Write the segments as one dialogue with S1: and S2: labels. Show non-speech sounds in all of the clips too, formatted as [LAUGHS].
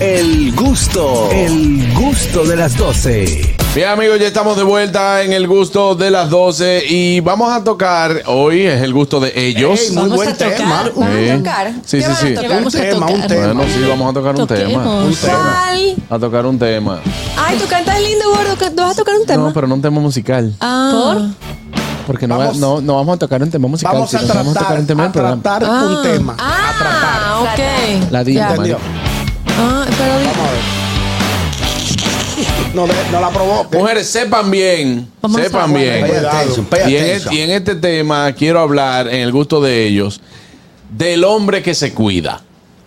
S1: El gusto, el gusto de las 12.
S2: Bien amigos, ya estamos de vuelta en el gusto de las 12 y vamos a tocar, hoy es el gusto de ellos.
S3: Ey,
S4: Vamos
S3: buen
S4: a tocar.
S3: tema.
S4: Vamos
S2: Sí.
S4: a tocar.
S2: Sí, sí,
S4: ¿Qué van a
S2: sí.
S4: tocar?
S3: Un
S4: Vamos a
S3: tema,
S4: tocar.
S3: un tema.
S2: Bueno, sí, vamos a tocar un tema.
S4: Toquemos.
S2: Un tema.
S4: Sal.
S2: A tocar un tema.
S4: Ay, tú cantas lindo, gordo. que- ¿Vas a tocar un tema?
S2: No, pero no un tema musical.
S4: Ah.
S2: Porque no, va-
S3: Vamos-
S2: no, no vamos a tocar un tema musical.
S3: Vamos a
S2: sino que
S3: tratar,
S2: vamos a tocar un tema
S3: a
S2: del programa.
S3: tratar un tema.
S4: Ah, ok.
S2: La
S4: Ya.
S2: Dilma.
S3: ¿Entendió?
S4: Ah, pero di-
S3: Vamos a ver. No, le- no la provoque.
S2: Mujeres, sepan bien.
S4: Vamos a
S2: sepan
S4: trabajar.
S2: bien.
S3: Pay attention, pay
S2: Y en,
S3: attention.
S2: y en este tema quiero hablar, en el gusto de ellos, del hombre que se cuida.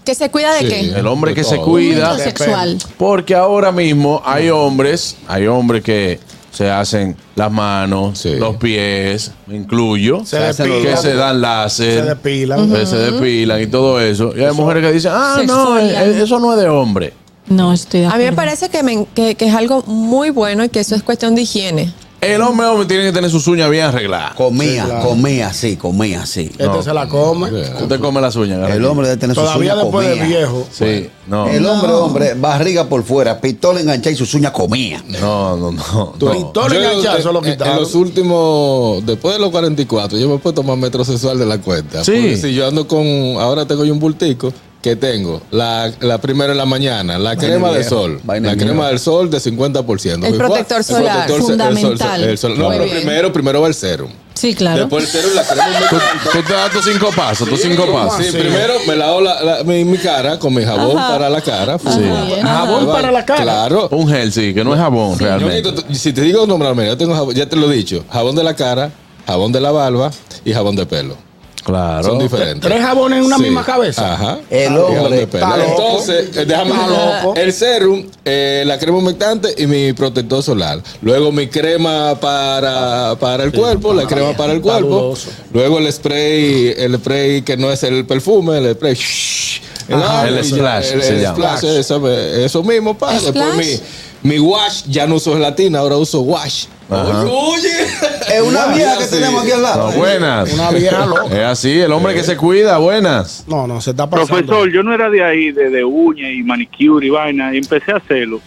S4: ¿Que se cuida de qué?
S2: El hombre que se
S4: Un
S2: cuida.
S4: mito sexual.
S2: Porque ahora mismo hay hombres, hay hombres que se hacen las manos,
S5: Sí.
S2: los pies, me incluyo,
S3: Se
S2: que
S3: depilan.
S2: se dan láser,
S3: Se depilan.
S2: que se depilan y todo eso. Y hay mujeres que dicen, ah,
S4: Se
S2: no,
S4: exfolian.
S2: eh, eso no es de hombre.
S6: No, estoy de
S4: A mí me
S6: acuerdo.
S4: parece que, me- que- que es algo muy bueno y que eso es cuestión de higiene.
S2: El hombre, hombre tiene que tener sus uñas bien arregladas.
S7: Comía,
S3: Sí, claro.
S7: comía, sí, comía, sí.
S3: Este se la come.
S2: Usted come las uñas,
S7: El
S2: garantía.
S7: hombre debe tener sus
S3: Todavía
S7: uñas
S3: después
S7: comía.
S3: de viejo.
S2: Sí, no.
S7: El hombre, hombre, barriga por fuera, pistola enganchada y sus uñas comía.
S2: No, no, no.
S3: Tu
S2: no.
S3: pistola
S5: Yo,
S3: enganchada,
S5: eh,
S3: eso lo
S5: en-
S3: quitaron.
S5: En los últimos, después de los 44, yo me he puesto más metrosexual de la cuenta.
S2: Sí.
S5: Porque si yo ando con, ahora tengo yo un bultico que tengo la, la primera en la mañana, la crema de
S7: vieja,
S5: sol.
S7: vaina
S5: La
S7: vieja.
S5: crema del sol de 50%.
S4: El
S5: Y,
S4: protector solar,
S5: el sol-
S6: fundamental.
S5: el sol- No,
S4: Muy
S5: pero
S4: bien.
S5: primero, primero va el serum.
S6: Sí, claro.
S5: Después el serum, la crema un
S2: Tú, tú te das tus cinco pasos, tus cinco pasos.
S5: Sí, primero me lavo la- la- mi, mi cara con mi jabón para la
S4: Ah,
S5: cara.
S6: bien, ajá.
S5: Jabón
S3: para la cara.
S5: Claro.
S2: Un gel, sí, que no es jabón realmente.
S5: Ñonguito, tú- si te digo nombrarme, yo tengo jabón- ya te lo he dicho, jabón de la cara, jabón de la barba y jabón de pelo.
S2: Claro.
S5: Son diferentes.
S3: Tres jabones en una
S5: Sí.
S3: misma cabeza.
S5: Ajá.
S7: El
S5: Y jabón
S7: hombre
S5: de pelo.
S3: está loco.
S5: Entonces, eh, déjame
S3: Está loco.
S5: El serum, eh, la crema humectante y mi protector solar. Luego mi crema para, para el cuerpo,
S2: ah,
S5: la crema para el cuerpo.
S3: Fabuloso.
S5: Luego el spray, el spray que no es el perfume, el spray. shhh,
S2: Ajá, el
S5: agua y ya,
S2: splash
S5: el-
S2: se
S5: el
S2: llama.
S5: splash, eso, eso mismo, pa. Después
S4: Splash.
S5: mi, mi wash, ya no uso gelatina, ahora uso wash.
S2: Ajá.
S5: Oye, oye.
S7: Es una vieja que
S5: sí.
S7: tenemos aquí
S3: [LAUGHS]
S7: al
S2: No,
S7: lado.
S2: buenas.
S3: Una vieja loca.
S2: Es así, el hombre que se cuida, buenas.
S3: No, no, se está pasando.
S8: Profesor, yo no era de ahí, de, de uña y manicure y vaina, y empecé a hacerlo.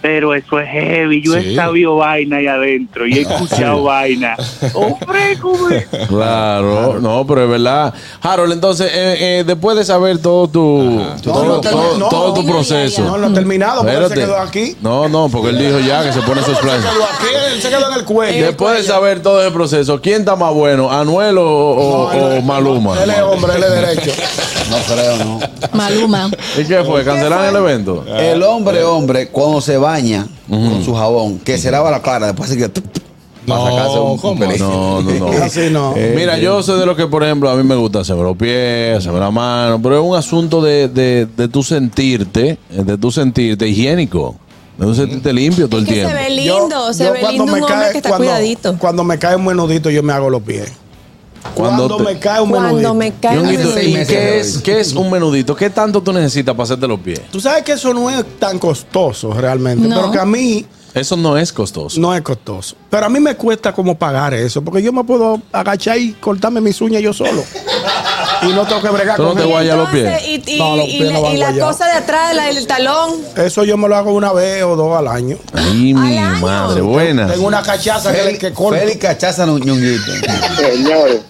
S8: Pero eso es heavy, yo
S5: Sí.
S8: he sabido vaina ahí adentro y he escuchado vaina. ¡Hombre, hombre!
S2: Claro, no, pero es verdad. Harold, entonces, eh, eh, después de saber todo tu, todo,
S3: No, no,
S2: todo-
S3: no.
S2: todo tu
S6: No,
S2: proceso.
S3: No, no ha terminado, pero él se
S2: Espérate.
S3: quedó aquí.
S2: No, no, porque él dijo ya que se
S3: [LAUGHS]
S2: pone sus planes.
S3: Pero aquí él se quedó en el cuello.
S2: Después de saber todo ese proceso, ¿quién está más bueno, Anuel o, o-
S3: No,
S2: o
S3: él-
S2: Maluma?
S3: Él es hombre, él es derecho.
S7: No creo,
S3: [LAUGHS]
S7: no.
S6: Maluma.
S2: ¿Y qué fue? ¿Cancelaron el evento?
S7: El hombre, hombre, cuando se baña con su jabón, que se lava la cara, después así que. tup, tup,
S5: No,
S7: para sacarse un- un
S5: ¿cómo?
S7: pelín.
S2: No, no, no.
S3: Así no.
S2: Eh, Mira, yo soy de los que, por ejemplo, a mí me gusta hacerme los pies, hacerme la mano, pero es un asunto de, de, de tú sentirte, eh, de tú sentirte higiénico, de tú sentirte limpio todo
S4: [LAUGHS] Es
S2: el
S4: que se
S2: tiempo.
S4: ve lindo,
S3: Yo-
S4: se
S3: yo
S4: ve
S3: cuando
S4: lindo un
S3: me
S4: hombre
S3: cae-
S4: que está
S3: cuando-
S4: cuidadito.
S3: Cuando me cae un menudito, yo me hago los pies.
S2: Cuando
S3: Cuando,
S2: te-
S3: me cae un menudito.
S4: Cuando me cae
S2: Y un
S4: un
S2: guito-
S7: Hace
S2: ¿y
S7: seis meses
S2: qué
S7: que
S2: es,
S7: voy.
S2: qué es un menudito? ¿Qué tanto tú necesitas para hacerte los pies?
S3: Tú sabes que eso no es tan costoso realmente,
S6: No.
S3: pero que a mí
S2: Eso no es costoso.
S3: no es costoso. Pero a mí me cuesta como pagar eso, porque yo me puedo agachar y cortarme mis uñas yo solo. y no tengo que bregar
S2: Tú no
S3: con
S2: te
S3: él.
S2: guayas los pies.
S4: y, y,
S3: No, los
S4: y
S3: pies no
S4: la-
S3: van
S4: y la
S3: guayados.
S4: cosa de atrás, la, el talón.
S3: Eso yo me lo hago una vez o dos al año.
S2: Ay, mi
S4: Al año.
S2: madre, buenas.
S3: Tengo una cachaza que,
S7: Ah, Félix
S3: que corto.
S7: Félix cachaza no ñonguito.
S9: Señores,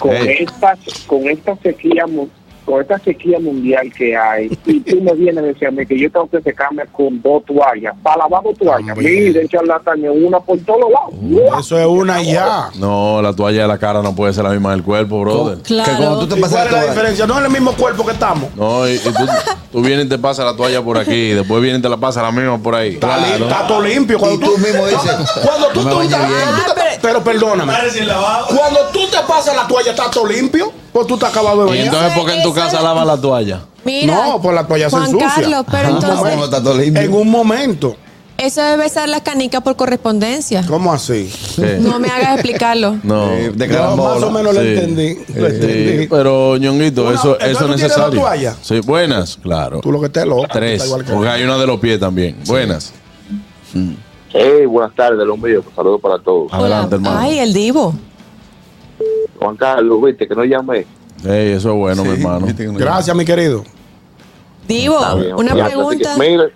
S9: con
S2: Ey.
S9: esta, con esta sequía mu- con esta sequía mundial que hay, y tú me vienes a decirme que yo tengo que secarme con dos toallas, para lavar dos toallas, mire, charlatán, una por todos lados. ¡Uah!
S3: Uh, Eso es una y ya.
S2: No, la toalla de la cara no puede ser la misma del cuerpo, brother.
S6: Claro.
S7: Que cuando tú
S3: ¿Y
S7: te pasas
S3: ¿Cuál
S7: la
S3: es la
S7: toalla-
S3: diferencia? No es el mismo cuerpo que estamos.
S2: No, y, y tú, tú vienes y te pasas la toalla por aquí, y después vienes y te la pasas la misma por ahí.
S3: Está, li- está todo limpio. Cuando
S7: Y tú mismo dices,
S3: Cuando tú,
S7: "No me
S3: tú
S7: bañé
S3: estás-
S7: bien".
S3: tú te-
S4: Ah, pero-
S3: pero perdóname. Cuando tú te pasas la toalla, está todo limpio. Pues tú te acabado de
S2: Y
S3: bañar.
S2: entonces, ¿por qué en tu
S4: Eso-
S2: casa lavas la toalla?
S4: Mira.
S3: No, pues la toalla se
S4: Juan
S3: ensucia.
S4: Carlos, pero entonces,
S7: ¿Cómo está todo limpio?
S3: En un momento.
S4: eso debe besar las canicas por correspondencia.
S3: ¿Cómo así?
S2: ¿Qué?
S4: No me hagas
S9: [LAUGHS]
S4: explicarlo.
S2: No.
S7: Eh, de
S3: Yo más o
S7: carambola.
S3: menos lo
S2: Sí.
S3: entendí.
S2: Sí,
S3: Lo entendí.
S2: pero ñonguito,
S3: Una-
S2: eso, eso es
S3: entonces tú tienes dos
S2: necesario.
S3: toallas.
S2: Sí, buenas, claro.
S3: Tú lo que te loco. tú estás
S2: Tres,
S3: igual que
S2: porque
S3: yo.
S2: hay una de los pies también. Buenas.
S9: Hey, buenas tardes, los míos, saludos para todos.
S2: Adelante, hermano.
S4: Ay, el divo.
S9: Juan Carlos, viste que no llamé.
S2: Ey, eso es bueno, mi hermano.
S7: Sí, viste que no-
S3: Gracias, mi querido.
S4: Divo,
S9: Está bien,
S4: una
S9: ya,
S4: pregunta.
S9: así que, mire,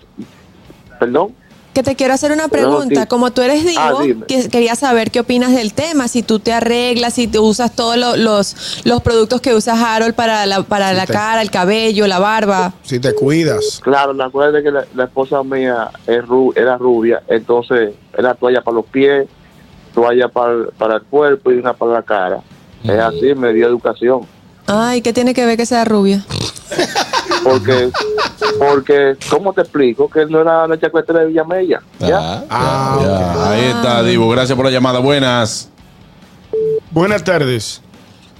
S9: perdón.
S4: Que te quiero hacer una pregunta.
S9: No, sí.
S4: Como tú eres Divo,
S9: Ah, dime.
S4: que- quería saber qué opinas del tema. Si tú te arreglas, si te usas todos lo- los, los productos que usa Harold para la, para la
S3: te-
S4: cara, el cabello, la barba.
S3: Si te cuidas.
S9: Claro, la cosa es que la, la esposa mía es ru- era rubia, entonces era toalla para los pies, toalla para, el- para el cuerpo y una para la cara. Es así, me dio educación.
S4: Ay, ¿qué tiene que ver que sea rubia?
S9: Porque, porque ¿cómo te explico? Que no era la chacueta de Villamella. ¿ya?
S5: Ah,
S3: Ah,
S2: Ya, Ahí
S4: Ah.
S2: está, Divo. Gracias por la llamada. Buenas.
S3: Buenas tardes.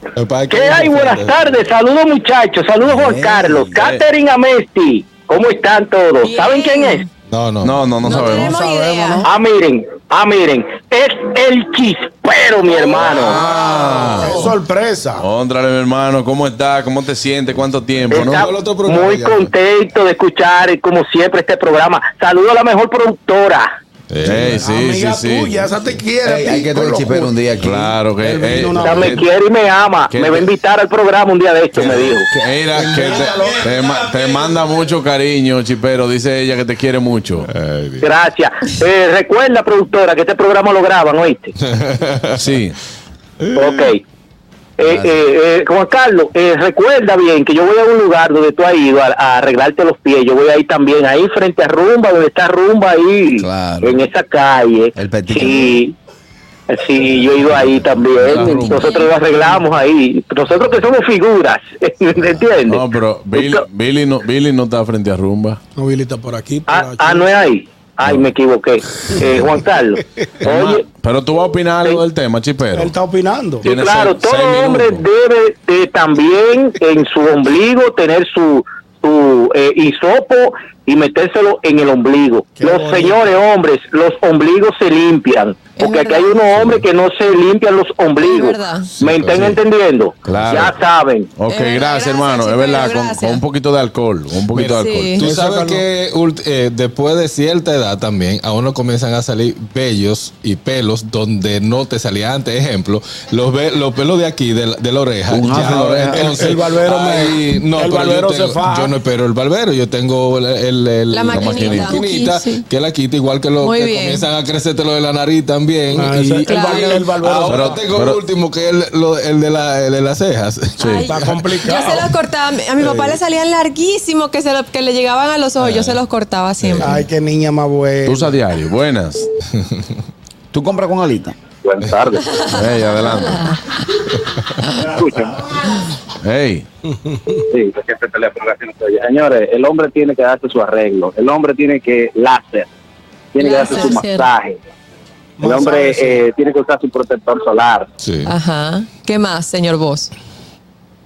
S5: lo que pasa es que-
S10: ¿Qué hay? Buenas tardes. Saludos, muchachos. Saludos, Juan
S7: Bien,
S10: Carlos.
S7: bien.
S10: Catherine Amesti. ¿Cómo están todos?
S4: Bien.
S10: ¿Saben quién es?
S5: No, no.
S2: No, no, no,
S4: No
S2: sabemos.
S4: tenemos idea.
S10: Ah, miren. Ah, miren. Es el chispero, mi hermano.
S2: Ah,
S3: Qué sorpresa.
S2: Óndrale, mi hermano. ¿Cómo estás? ¿Cómo te sientes? ¿Cuánto tiempo?
S10: Está
S2: ¿no?
S5: el otro programa
S10: muy
S5: ya.
S10: contento de escuchar, como siempre, este programa. Saludos a la mejor productora.
S2: Ey, sí, sí,
S3: Amiga
S2: sí.
S3: tuya, esa te quiere.
S7: Ey,
S3: a ti,
S7: hay que traer
S3: con
S7: el
S3: los
S7: chipero un día aquí.
S2: Claro que.
S3: Él vino
S2: ey,
S3: una
S10: O sea, me
S2: que-
S10: quiere y me ama.
S2: ¿Qué
S10: Me va a
S2: te-
S10: invitar al programa un día de estos, me dijo.
S2: que- mira, que te, te ma- te manda mucho cariño, Chipero. Dice ella que te quiere mucho.
S5: Ay, Dios.
S10: Gracias. Eh, recuerda, productora, que este programa lo graban, ¿oíste?
S2: [LAUGHS] Sí.
S10: Ok. Eh, eh, eh, Juan Carlos, eh, recuerda bien que yo voy a un lugar donde tú has ido a, a arreglarte los pies. Yo voy ahí también, ahí frente a Rumba, donde está Rumba ahí,
S7: Claro.
S10: en esa calle.
S7: El Petit
S10: Sí, sí, yo he ido ahí
S2: La
S10: también.
S2: Rumba.
S10: Nosotros lo arreglamos ahí. Nosotros que somos figuras, [LAUGHS] ¿entiendes?
S2: No, pero Billy, Billy no, Billy no está frente a rumba.
S3: Nobilita por aquí. por
S10: Ah,
S3: aquí.
S10: ah, no es ahí. Ay, me equivoqué. Eh, Juan
S2: [LAUGHS]
S10: Carlos, oye,
S2: Pero tú vas a opinar algo
S10: Sí.
S2: del tema, Chipero.
S3: Él está opinando.
S10: Sí,
S2: Tiene
S10: claro,
S2: seis- seis
S10: todo
S2: minutos.
S10: hombre debe de también en su ombligo tener su, su eh, hisopo y metérselo en el ombligo.
S3: Qué
S10: los
S3: bonito.
S10: señores hombres, los ombligos se limpian.
S4: Es
S10: Porque aquí
S4: verdad.
S10: hay unos hombres que no se limpian los ombligos.
S4: Es verdad.
S10: ¿Me están
S2: sí.
S10: entendiendo?
S2: Claro.
S10: Ya saben.
S2: Ok,
S4: Es verdad,
S2: gracias,
S4: gracias,
S2: hermano. Es
S4: Chipero,
S2: verdad, con,
S4: gracias.
S2: con un poquito de alcohol. con Un poquito de
S4: Sí.
S2: alcohol.
S5: Tú
S3: Eso
S5: sabes
S3: acá no.
S5: que ult- eh, después de cierta edad también a uno comienzan a salir vellos y pelos donde no te salía antes. Ejemplo, los, ve- los pelos de aquí, de la, de la oreja.
S7: Un haz de la oreja.
S5: entonces,
S3: El barbero me-
S5: ay, no,
S3: el
S5: pero
S3: barbero
S5: yo, tengo-
S3: se faja.
S5: yo no espero el barbero, yo tengo el, el- el-
S4: La maquinita.
S5: la maquinita,
S6: Sí, sí.
S5: que la quita igual que los
S4: Muy
S5: que
S4: bien.
S5: comienzan a crecerte lo de la nariz también.
S3: Ah,
S5: y,
S3: ese- el
S4: Claro.
S3: bar- el barbero
S5: ahora
S2: Pero-
S5: tengo
S2: pero-
S5: el último que es el, lo- el de, la- el de las cejas.
S4: Ay,
S3: Está
S4: Yo
S3: complicado.
S4: se los cortaba. A mi, a mi papá le salían larguísimos que, se lo- que le llegaban a los ojos.
S2: Ah.
S4: Yo se los cortaba siempre.
S3: Ay, qué niña más
S2: Tú
S3: buena.
S2: usas diario. Buenas.
S7: ¿Tú compras con alita?
S9: Buenas tardes.
S2: Ey, adelante.
S9: Escuchen.
S2: Ey.
S9: Sí, porque este teléfono casi no se oye. Señores, el hombre tiene que darse su arreglo. El hombre tiene que láser. Tiene que darse su
S6: Láser.
S9: masaje. El
S3: Masaje,
S9: hombre
S3: sí.
S9: eh, tiene que usar su protector solar.
S5: Sí.
S4: Ah. Ajá. ¿Qué más, señor Vos?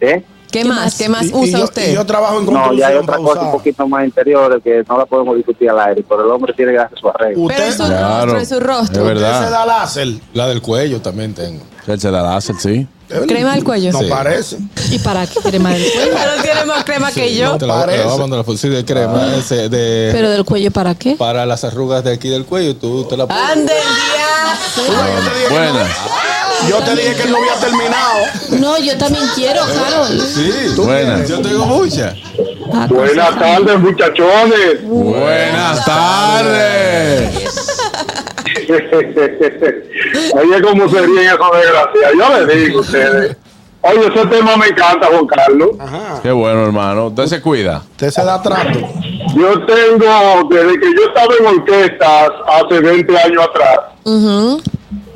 S9: ¿eh?
S4: ¿Qué,
S6: ¿Qué
S4: más?
S6: más?
S4: ¿Qué más
S3: Y- y
S4: usa
S3: yo-
S4: usted?
S3: y yo trabajo en
S9: No, ya hay
S3: construcción,
S9: otra
S3: pa'
S9: cosa un
S3: usar.
S9: poquito más interior que no la podemos discutir al aire, pero el hombre tiene que darse su arreglo.
S4: Pero en
S3: Usted,
S4: su
S3: usted
S2: Claro.
S4: rostro, en su rostro.
S2: Es verdad.
S3: se da láser.
S5: La del cuello también tengo.
S2: Él se la da, sí.
S4: Crema al cuello.
S3: No
S5: Sí.
S3: parece.
S6: ¿Y para qué crema del cuello?
S4: [LAUGHS] Pero tiene más crema que yo.
S5: Te la, te la voy a mandar la foto. Sí, de crema. ese, de,
S6: ¿Pero del cuello para qué?
S5: para las arrugas de aquí del cuello, tú te la pones.
S4: Ande el día.
S2: Buenas.
S3: Yo te dije que él no había terminado.
S6: [LAUGHS] No, yo también quiero, Carol.
S5: Sí,
S2: Buenas.
S5: yo tengo mucha.
S6: Ah,
S9: Buenas tardes, muchachones.
S2: Buenas tardes.
S9: [LAUGHS] Oye, cómo serían esas desgracias. Yo les digo a ustedes. Oye, ese tema me encanta, Juan Carlos.
S2: Qué bueno, hermano. Usted se cuida.
S3: Usted se da trato.
S9: Yo tengo, desde que yo estaba en orquestas hace 20 años atrás,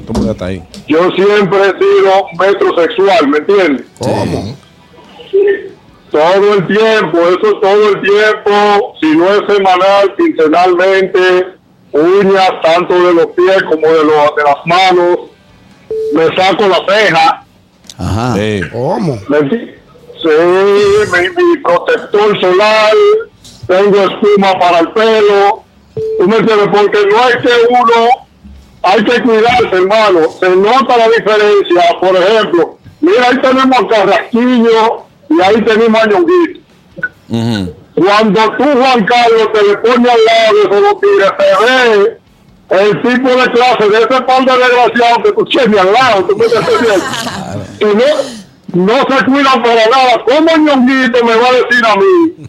S2: ¿Cómo está ahí?
S9: yo siempre he sido metrosexual, ¿me entiendes?
S5: ¿Cómo?
S9: Todo el tiempo, eso todo el tiempo, si no es semanal, quincenalmente, uñas tanto de los pies como de, los, de las manos, me saco la ceja,
S7: Ajá.
S2: Sí.
S3: ¿Cómo?
S9: ¿me enti- Sí, mi, mi protector solar, tengo espuma para el pelo, ¿tú me entiendes? Porque no hay que uno, hay que cuidarse, hermano, se nota la diferencia, por ejemplo, mira, ahí tenemos a Carrasquillo y ahí tenemos a Ñonguito.
S2: Ujú.
S9: Cuando tú, Juan Carlos, te le pones al lado de esos dos tigres, te ve el tipo de clase de ese par de desgraciados que tú tienes al lado. ¿Tú me entiendes? Si no,
S11: no se cuidan para nada. ¿Cómo ñonguito me va a decir a mí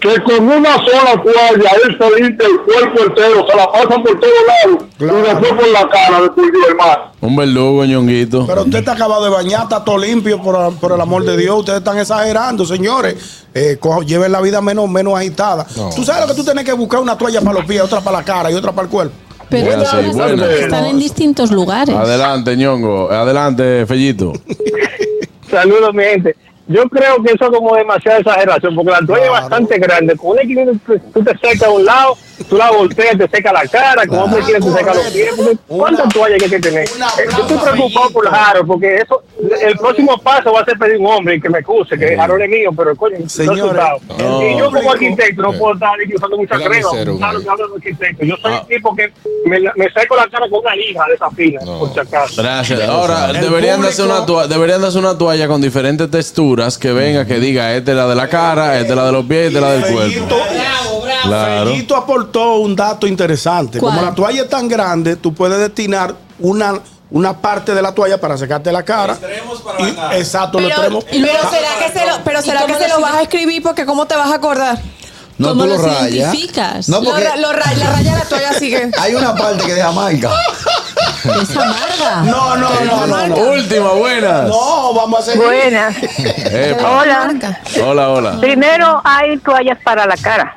S11: que con una sola toalla él se limpia el cuerpo entero, se la pasa por todos lados y después por la cara después del mar?
S2: Un verdugo, ñonguito.
S3: Pero usted está acabado de bañar, está todo limpio, por, por el amor de Dios. Ustedes están exagerando, señores. Eh, co- lleven la vida menos, menos agitada.
S2: No.
S3: Tú sabes lo que tú tienes que buscar una toalla para los pies, otra para la cara y otra para el cuerpo.
S4: Pero
S2: Buena,
S4: todas
S2: sí,
S4: esas
S2: buena.
S4: están en distintos lugares.
S2: Adelante, ñongo. Adelante, Fellito.
S9: Saludos, mi gente. Yo creo que eso es como demasiada exageración, porque la toalla es bastante grande. Con una esquina tú- tú te secas a un lado, tú la volteas, te seca la cara, con otra esquina te seca los pies. porque ¿Cuántas toallas hay que tener? Eh, Yo estoy preocupado por Harold, porque eso, el próximo paso va a ser pedir un hombre que me acuse, que Harold es mío, pero coño, no
S11: Señores,
S9: he asustado.
S11: no.
S9: Y yo como arquitecto no puedo estar aquí usando mucha
S11: Era
S9: crema.
S11: misero,
S9: claro que hablo de arquitecto. Yo
S11: Ah.
S9: soy el tipo que me, la- me seco la cara con una lija de esa fina, por si acaso.
S2: Gracias. Ahora,
S9: El
S2: deberían de, hacer una
S9: público-
S2: toalla, deberían de hacer una toalla con diferentes texturas que venga, que diga, esta es la de la cara, esta es la de los pies, esta es la del cuerpo. Claro.
S3: Fellito aportó un dato interesante. Como la toalla es tan grande, tú puedes destinar una, una parte de la toalla para secarte la cara. Y- Exacto, lo
S5: Pero,
S3: extremo.
S5: pero será que se lo, pero
S4: ¿Y
S5: será
S4: cómo
S5: que se
S4: lo
S5: lo vas a escribir porque cómo te vas a acordar.
S7: No, ¿Cómo tú lo los rayas. identificas? No,
S5: Lo
S7: porque-
S5: ra- lo ra- la raya de la toalla sigue.
S7: Hay una parte que deja marca.
S3: [LAUGHS]
S4: Es amarga.
S3: No, no, no, no, no.
S2: Última, buenas.
S3: No, vamos a seguir.
S12: Buenas.
S2: Epa.
S12: Hola.
S2: Hola, hola.
S12: [LAUGHS] Primero hay toallas para la cara,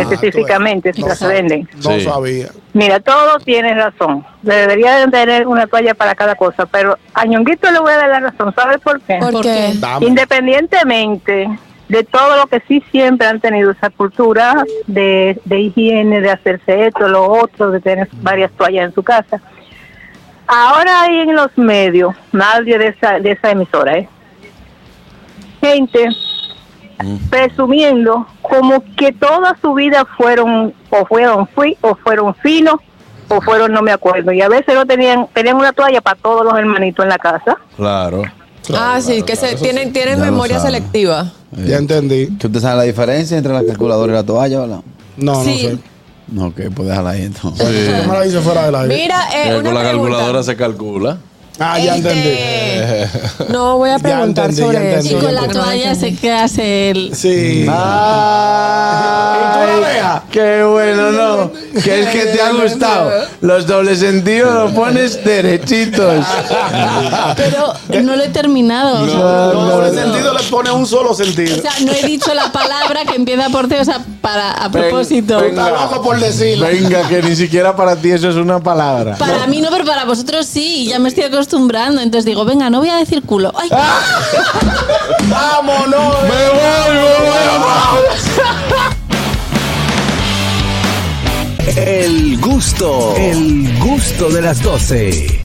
S12: específicamente, si las venden.
S3: No sabía.
S12: Mira, todo tiene razón. Deberían tener una toalla para cada cosa, pero a Ñonguito le voy a dar la razón. ¿Sabes por qué?
S5: ¿Por qué? Dame.
S12: Independientemente de todo lo que sí siempre han tenido esa cultura de, de higiene, de hacerse esto, lo otro, de tener varias toallas en su casa. Ahora hay en los medios, nadie de esa, de esa emisora, ¿eh? gente presumiendo como que toda su vida fueron o fueron fui o fueron finos o fueron no me acuerdo y a veces no tenían tenían una toalla para todos los hermanitos en la casa
S2: Claro.
S3: Eh,
S5: ah, sí, que se tienen tienen
S7: Ya lo
S5: memoria
S7: saben.
S5: selectiva.
S3: Ya entendí.
S7: ¿Que usted sabe la diferencia entre la calculadora y la toalla, verdad?
S3: No,
S5: no Sí. sé.
S7: No, que pues déjala ahí entonces.
S3: Tú me la dices fuera del aire.
S5: Mira, eh,
S2: Que
S5: una
S2: con la
S5: pregunta.
S2: calculadora se calcula.
S3: Ah, ya
S4: este,
S3: entendí.
S5: No voy a preguntar
S3: entendí, ya
S5: sobre
S3: entendí,
S5: eso.
S3: ya
S4: Con la toalla se que hace el.
S3: Sí.
S2: Qué bueno, no. Que es que te ha gustado. Los dobles sentidos los pones derechitos.
S4: Pero no lo he terminado. o sea,
S3: Por el sentido le pone un solo sentido.
S4: O sea, no he dicho la palabra que empieza por T, o sea, para, a propósito.
S2: Venga, que ni siquiera para ti eso es una palabra.
S4: Para mí no, pero para vosotros sí, y ya me estoy acostumbrando. Entonces digo, venga, no voy a decir culo. Ay,
S3: ¡Vámonos!
S2: ¡Me voy,
S1: El gusto, el gusto de las 12.